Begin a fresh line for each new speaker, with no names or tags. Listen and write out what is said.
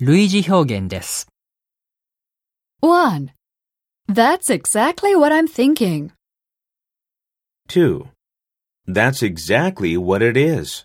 類似表現です。
1. That's exactly what I'm thinking.
2. That's exactly what it is.